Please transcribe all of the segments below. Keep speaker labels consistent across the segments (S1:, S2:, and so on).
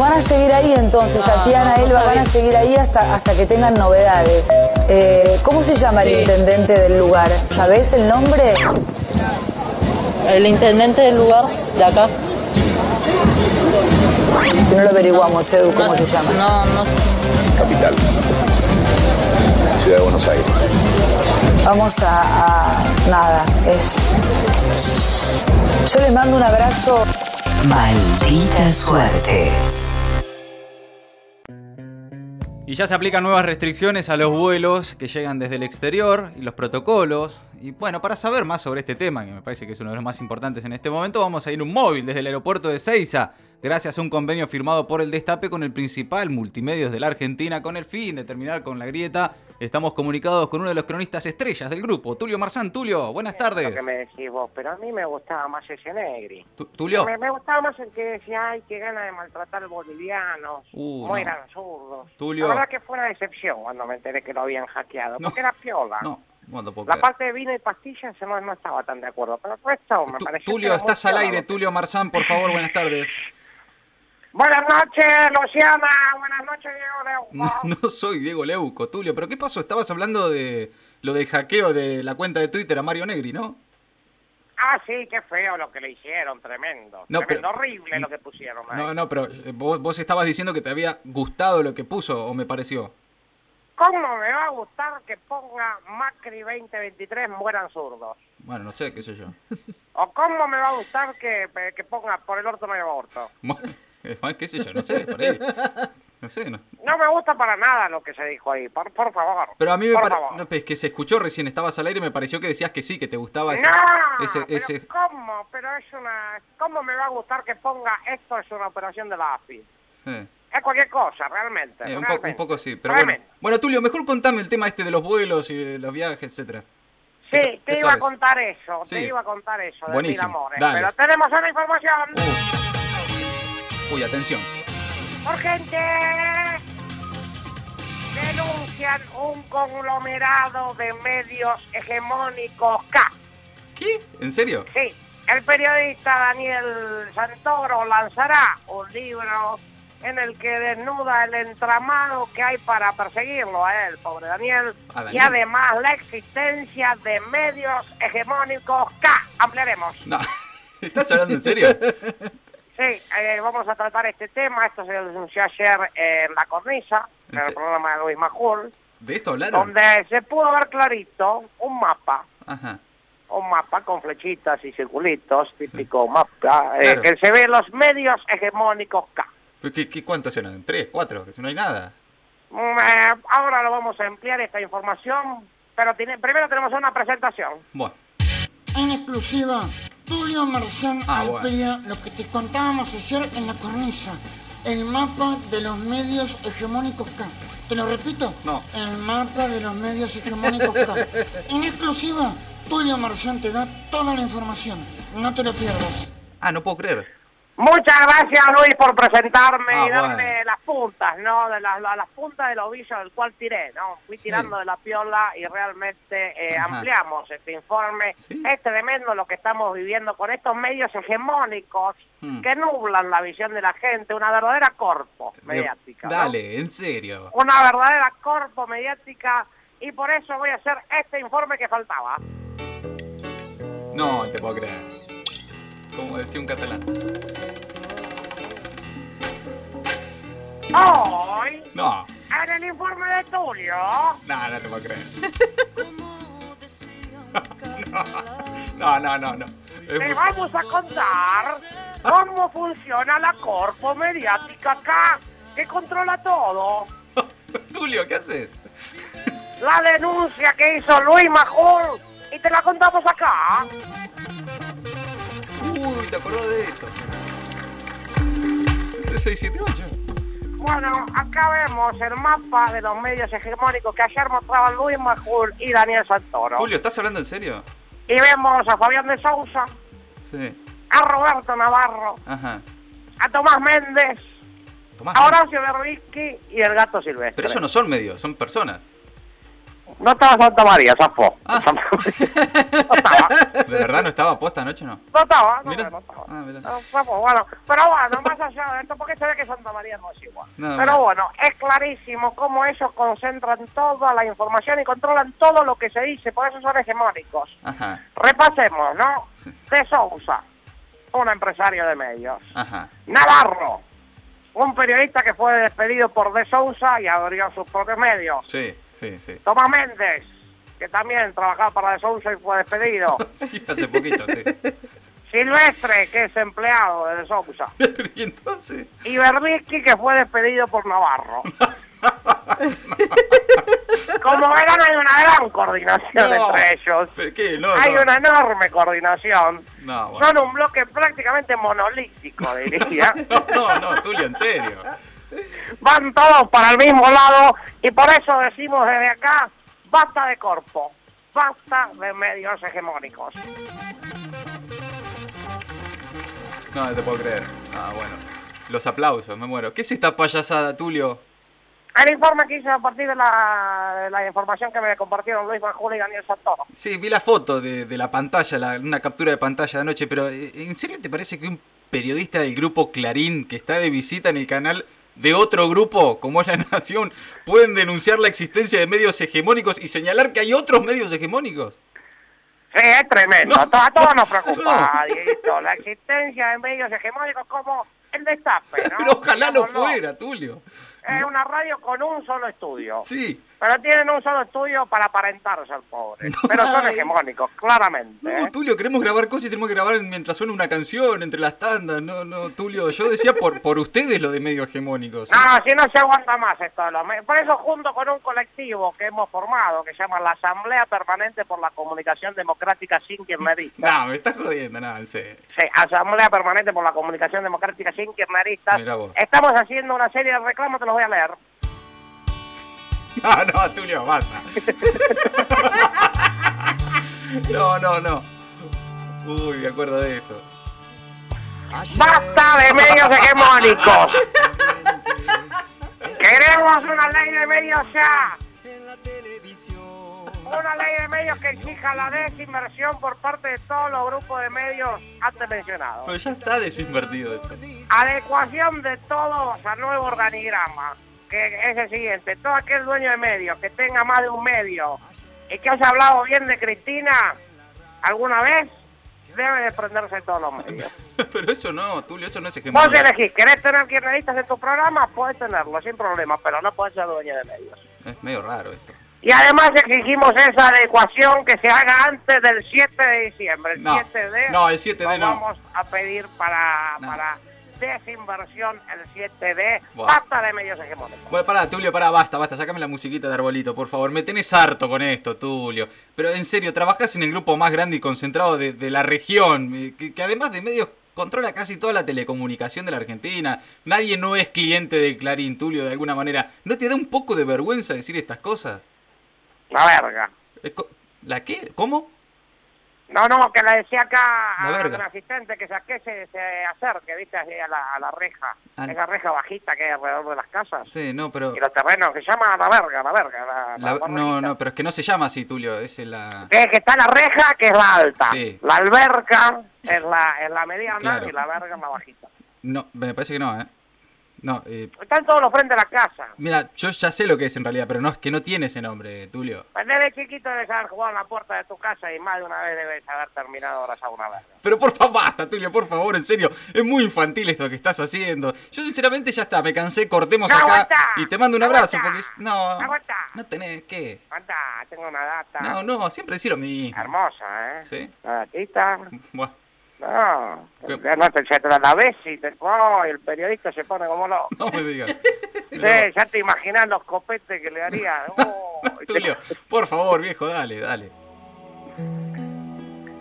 S1: Van a seguir ahí entonces, Tatiana, Elba, van a seguir ahí hasta, hasta que tengan novedades. Eh, ¿Cómo se llama el intendente del lugar? ¿Sabés el nombre?
S2: El intendente del lugar, de acá.
S1: Si no lo averiguamos, Edu, ¿cómo
S2: No,
S1: se llama?
S2: No, no sé.
S3: capital. Ciudad de Buenos Aires.
S1: Vamos a, a- Nada, es... Yo les mando un abrazo.
S4: Maldita suerte.
S5: Y ya se aplican nuevas restricciones a los vuelos que llegan desde el exterior y los protocolos. Y bueno, para saber más sobre este tema, que me parece que es uno de los más importantes en este momento, vamos a ir un móvil desde el aeropuerto de Ceiza, gracias a un convenio firmado por el Destape con el principal multimedios de la Argentina, con el fin de terminar con la grieta. Estamos comunicados con uno de los cronistas estrellas del grupo, Tulio Marzán. Tulio, buenas
S6: Lo que
S5: tardes.
S6: me decís vos, pero a mí me gustaba más ese negri.
S5: Tu- Tulio.
S6: Me, me gustaba más el que decía, ay, qué gana de maltratar bolivianos,
S5: Uh,
S6: mueran zurdos.
S5: Tulio.
S6: La verdad que fue una decepción cuando me enteré que lo habían hackeado,
S5: No.
S6: porque era piola.
S5: No, no lo puedo
S6: La
S5: creer.
S6: parte de vino y pastillas no, no estaba tan de acuerdo, pero el resto me
S5: Tu-
S6: pareció... que
S5: Tulio,
S6: era muy
S5: estás al
S6: piola.
S5: aire, Tulio Marzán, por favor, buenas tardes.
S6: Buenas noches, Luciana. Buenas noches, Diego Leuco.
S5: No, no soy Diego Leuco, Tulio, pero ¿qué pasó? Estabas hablando de lo del hackeo de la cuenta de Twitter a Mario Negri, ¿no?
S6: Ah, sí, qué feo lo que le hicieron, tremendo.
S5: No,
S6: tremendo,
S5: pero-
S6: horrible lo que pusieron. ahí.
S5: No, no, pero eh, vos, vos estabas diciendo que te había gustado lo que puso, o me pareció.
S6: ¿Cómo me va a gustar que ponga Macri 2023 mueran zurdos?
S5: Bueno, no sé, qué sé yo.
S6: ¿O cómo me va a gustar que, eh, que ponga por el orto no hay aborto?
S5: Bueno, eh, qué sé yo, no sé, por ahí. No sé, no.
S6: No me gusta para nada lo que se dijo ahí, por, por favor.
S5: Pero a mí me
S6: por
S5: pare-
S6: favor.
S5: no, es que se escuchó recién, estabas al aire y me pareció que decías que sí, que te gustaba ese...
S6: ¡No!
S5: ese-
S6: pero
S5: ese-
S6: ¿Cómo? Pero es una... ¿Cómo me va a gustar que ponga esto es una operación de la AFI?
S5: eh,
S6: Es cualquier cosa, realmente.
S5: eh, un, po-
S6: realmente.
S5: un poco sí, pero bueno.
S6: Realmente.
S5: Bueno, Tulio, mejor contame el tema este de los vuelos y de los viajes, etcétera. ¿Qué
S6: Sí,
S5: sa-
S6: te
S5: qué
S6: iba a
S5: sabes?
S6: contar eso,
S5: Sí.
S6: te iba a contar eso de
S5: Buenísimo,
S6: mil amores.
S5: dale.
S6: Pero tenemos una información
S5: Uh. Uy, atención.
S6: urgente. Denuncian un conglomerado de medios hegemónicos K.
S5: ¿Qué? ¿En serio?
S6: Sí, el periodista Daniel Santoro lanzará un libro en el que desnuda el entramado que hay para perseguirlo a él, pobre Daniel,
S5: A Daniel.
S6: y además la existencia de medios hegemónicos K. Ampliaremos.
S5: No. ¿Estás hablando en serio?
S6: Sí, eh, vamos a tratar este tema. Esto se denunció ayer en La Cornisa, en
S5: ¿En
S6: el
S5: se-
S6: programa de Luis Majul,
S5: ¿De esto hablaron?
S6: donde se pudo ver clarito un mapa
S5: Ajá.
S6: un mapa con flechitas y circulitos, típico mapa, eh,
S5: Claro.
S6: que se ve en los medios hegemónicos K.
S5: ¿Pero qué, qué, ¿Cuántos eran? ¿Tres? ¿Cuatro? Que si no hay nada.
S6: Mm, eh, ahora lo vamos a ampliar esta información, pero tiene- primero tenemos una presentación.
S5: Bueno.
S7: En exclusiva, Tulio Marzán
S5: Ah,
S7: amplía lo que te contábamos ayer en la cornisa. El mapa de los medios hegemónicos K. Te lo repito.
S5: No.
S7: El mapa de los medios hegemónicos K. En exclusiva, Tulio Marzán te da toda la información. No te lo pierdas.
S5: Ah, no puedo creer.
S6: Muchas gracias Luis por presentarme
S5: Ah,
S6: y darme
S5: bueno.
S6: las puntas, ¿no? De las, las- las puntas del ovillo del cual tiré, ¿no? Fui tirando de la piola y realmente eh,
S5: Ajá.
S6: ampliamos este informe.
S5: Sí.
S6: Es tremendo lo que estamos viviendo con estos medios hegemónicos
S5: Hmm. Eh,
S6: que nublan la visión de la gente, una verdadera corpo mediática. ¿no?
S5: Dale, en serio.
S6: Una verdadera corpo mediática y por eso voy a hacer este informe que faltaba.
S5: No te puedo creer. Como decía un catalán.
S6: Hoy,
S5: No.
S6: en el informe de Tulio,
S5: No, no te puedo creer. No, no, no, no. Es
S6: te
S5: muy-
S6: vamos a contar cómo funciona la corpo mediática acá, que controla todo.
S5: Tulio, ¿qué haces?
S6: La denuncia que hizo Luis Majul y te la contamos acá.
S5: Uy, te acordás de esto. ¿Este De 678.
S6: Bueno, acá vemos el mapa de los medios hegemónicos que ayer mostraban Luis Majul y Daniel Santoro.
S5: Tulio, ¿estás hablando en serio?
S6: Y vemos a Fabián de Sousa,
S5: Sí.
S6: a Roberto Navarro,
S5: Ajá.
S6: a Tomás Méndez,
S5: Tomás.
S6: a Horacio Berrizki y el gato Silvestre.
S5: Pero eso no son medios, son personas.
S6: No estaba Santa María, Zafo.
S5: Ah.
S6: Santa María. No estaba.
S5: ¿De verdad no estaba posta anoche, no?
S6: No estaba, no,
S5: Mirá.
S6: no estaba.
S5: Ah, mirá.
S6: No, fue, pues, bueno, pero bueno, más allá de esto, porque se ve que Santa María no es igual.
S5: No,
S6: pero
S5: no.
S6: bueno, es clarísimo cómo ellos concentran toda la información y controlan todo lo que se dice, por eso son hegemónicos.
S5: Ajá,
S6: Repasemos, ¿no?
S5: Sí.
S6: De Sousa, un empresario de medios.
S5: ajá.
S6: Navarro, un periodista que fue despedido por De Sousa y abrió sus propios medios.
S5: Sí, sí, sí.
S6: Tomás Méndez, que también trabajaba para De Sousa y fue despedido.
S5: Sí, hace poquito, sí.
S6: Silvestre, que es empleado de De Sousa.
S5: Pero, ¿Y entonces?
S6: Y Berbisky, que fue despedido por Navarro. Como verán, hay una gran coordinación
S5: No.
S6: entre ellos.
S5: ¿Pero qué? No,
S6: Hay
S5: no.
S6: una enorme coordinación.
S5: No, bueno.
S6: Son un bloque prácticamente monolítico, diría.
S5: No, no, no, Tulio, en serio.
S6: Van todos para el mismo lado y por eso decimos desde acá, basta de corpo, basta de medios hegemónicos.
S5: No, no te puedo creer. Ah, bueno. Los aplausos, me muero. ¿Qué es esta payasada, Tulio?
S6: El informe que hice a partir de la, de la información que me compartieron Luis Manjula y Daniel Santoro.
S5: Sí, vi la foto de, de la pantalla, la- una captura de pantalla de anoche, pero eh, ¿en serio te parece que un periodista del grupo Clarín que está de visita en el canal de otro grupo, como es La Nación, pueden denunciar la existencia de medios hegemónicos y señalar que hay otros medios hegemónicos?
S6: Sí, es tremendo. A to- a todos nos preocupa,
S5: No.
S6: Dieguito, La existencia de medios hegemónicos como el destape, ¿no?
S5: Pero ojalá lo
S6: Digámoslo.
S5: fuera, Tulio.
S6: Es una radio con un solo estudio.
S5: Sí.
S6: Pero tienen un solo estudio para aparentar ser pobres. Pero son hegemónicos, claramente.
S5: No,
S6: ¿eh?
S5: Tulio, queremos grabar cosas y tenemos que grabar mientras suena una canción, entre las tandas. No, no, Tulio, yo decía por, por ustedes lo de medios hegemónicos.
S6: No, no, si no se aguanta más esto. de los medios. Por eso, junto con un colectivo que hemos formado, que se llama la Asamblea Permanente por la Comunicación Democrática Sin Kirchnerista.
S5: No, me estás jodiendo, nada, en serio.
S6: Sí, Asamblea Permanente por la Comunicación Democrática Sin Kirchneristas.
S5: Mirá vos.
S6: Estamos haciendo una serie de reclamos, te los voy a leer.
S5: No, no, Tulio, basta. No, no, no. Uy, me acuerdo de esto.
S6: ¡Basta de medios hegemónicos! ¡Queremos una ley de medios ya! Una ley de medios que exija la desinversión por parte de todos los grupos de medios antes mencionados.
S5: Pero ya está desinvertido eso.
S6: Adecuación de todos al nuevo organigrama, que es el siguiente. Todo aquel dueño de medios que tenga más de un medio y que haya hablado bien de Cristina alguna vez, debe desprenderse de todos los medios.
S5: Pero eso no, Tulio, eso no es
S6: Vos
S5: hegemonía.
S6: elegís, querés tener kirchneristas en tu programa, podés tenerlo sin problema, pero no podés ser dueño de medios.
S5: Es medio raro esto.
S6: Y además exigimos esa adecuación que se haga antes del 7 de diciembre. El
S5: No,
S6: 7 de
S5: no, el 7
S6: lo
S5: de no.
S6: vamos a pedir para,
S5: No.
S6: para desinversión el 7 de
S5: Buah.
S6: pasta de medios hegemónicos.
S5: Bueno, pará, Tulio, pará, basta, basta, sacame la musiquita de arbolito, por favor. Me tenés harto con esto, Tulio. Pero en serio, trabajás en el grupo más grande y concentrado de, de la región, eh, que, que además de medios controla casi toda la telecomunicación de la Argentina. Nadie no es cliente de Clarín, Tulio, de alguna manera. ¿No te da un poco de vergüenza decir estas cosas?
S6: La verga.
S5: Es co- ¿La qué? ¿Cómo?
S6: No, no, que le decía acá
S5: La
S6: a
S5: verga.
S6: un asistente que saqué se, se acerque, viste, así a la, a la reja.
S5: Al-
S6: Esa reja bajita que hay alrededor de las casas.
S5: Ah. Sí, no, pero...
S6: Y los terrenos, que se llama la verga, la verga. la- la
S5: la- no,
S6: barranquita.
S5: no, pero es que no se llama así, Tulio, es la...
S6: Que, que está la reja, que es la alta.
S5: Sí.
S6: La alberca es la, es la mediana
S5: Claro.
S6: y la verga es la bajita.
S5: No, me parece que no, ¿eh? No, eh,
S6: Están todos los frentes de la casa.
S5: Mira, yo ya sé lo que es en realidad, pero no es que no tiene ese nombre, Tulio.
S6: Pues Desde chiquito debes haber jugado en la puerta de tu casa y más de una vez debes haber terminado abrazado una verga.
S5: Pero por favor, basta, Tulio, por favor, en serio. Es muy infantil esto que estás haciendo. Yo sinceramente ya está, me cansé, cortemos
S6: No,
S5: acá
S6: aguanta,
S5: y te mando un abrazo
S6: aguanta,
S5: porque no
S6: aguanta.
S5: no tenés qué.
S6: Anda, tengo una data.
S5: No, no, siempre decir lo mismo.
S6: Hermosa, ¿eh?
S5: Sí.
S6: Una datita.
S5: Buah.
S6: No.
S5: ¿Qué?
S6: Ya no te, ya te la ves y te- oh, el periodista se pone como loco.
S5: No me digas.
S6: Sí,
S5: No.
S6: ya te imaginas los copetes que le daría. Oh, y te-
S5: Tulio, por favor, viejo, dale, dale.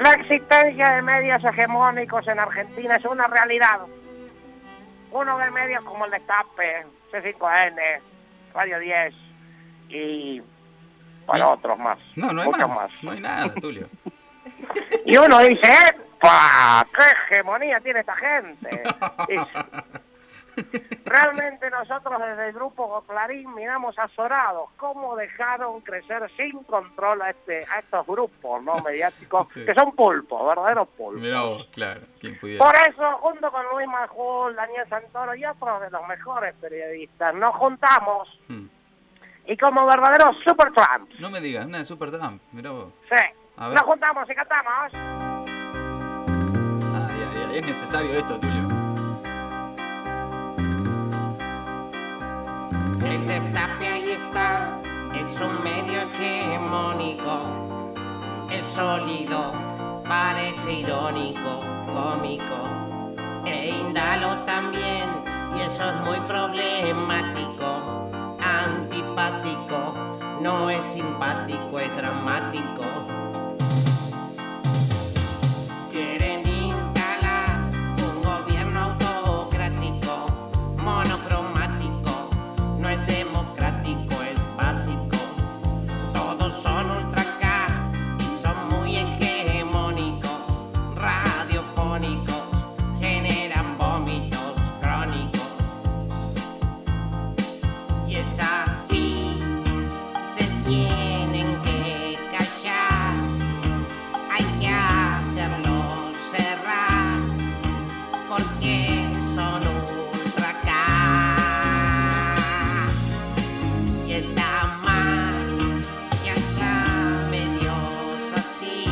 S6: La existencia de medios hegemónicos en Argentina es una realidad. Uno ve medios como el Destape, C5N, Radio 10 y para
S5: No.
S6: otros más.
S5: ¿Eh? No, no hay
S6: muchos
S5: más.
S6: más.
S5: No hay nada, Tulio.
S6: Y uno dice, Eh, ¡epa! ¡Qué hegemonía tiene esta gente! Y- Realmente nosotros desde el grupo Clarín miramos azorados cómo dejaron crecer sin control a, este, a estos grupos no mediáticos,
S5: Sí.
S6: que son pulpos, verdaderos pulpos.
S5: Mirá vos, claro. ¿Quién pudiera?
S6: Por eso, junto con Luis Majul, Daniel Santoro y otros de los mejores periodistas, nos juntamos
S5: Hmm.
S6: y como verdaderos super Trumps,
S5: No me digas, una de Super Trump. Mirá vos.
S6: sí,
S5: A ver.
S6: nos juntamos y cantamos.
S5: Ay, ay, ay, es necesario esto, Tulio.
S3: El destape ahí está, es un medio hegemónico, es sólido, parece irónico, cómico, e indalo también, y eso es muy problemático, antipático, no es simpático, es dramático. Quieren instalar un gobierno autocrático, monocromático, no es democrático, es básico. Todos son ultra K y son muy hegemónicos, radiofónicos, generan vómitos crónicos. Y es así, se tienen que callar hay que hacerlo cerrar porque son ultra K. y está mal que haya medios así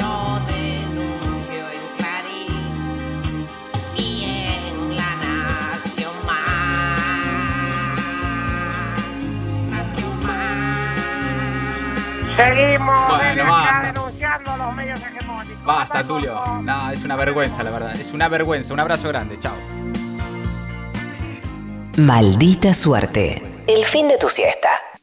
S3: lo denuncio en Clarín y en la Nación Más Nación Más
S6: Seguimos
S5: Bueno,
S6: desde acá
S5: basta.
S6: denunciando a los medios hegemónicos.
S5: Basta,
S6: Hasta
S5: Tulio.
S6: luego.
S5: No, es una vergüenza, la verdad. Es una vergüenza. Un abrazo grande. Chao.
S4: Maldita suerte. El fin de tu siesta.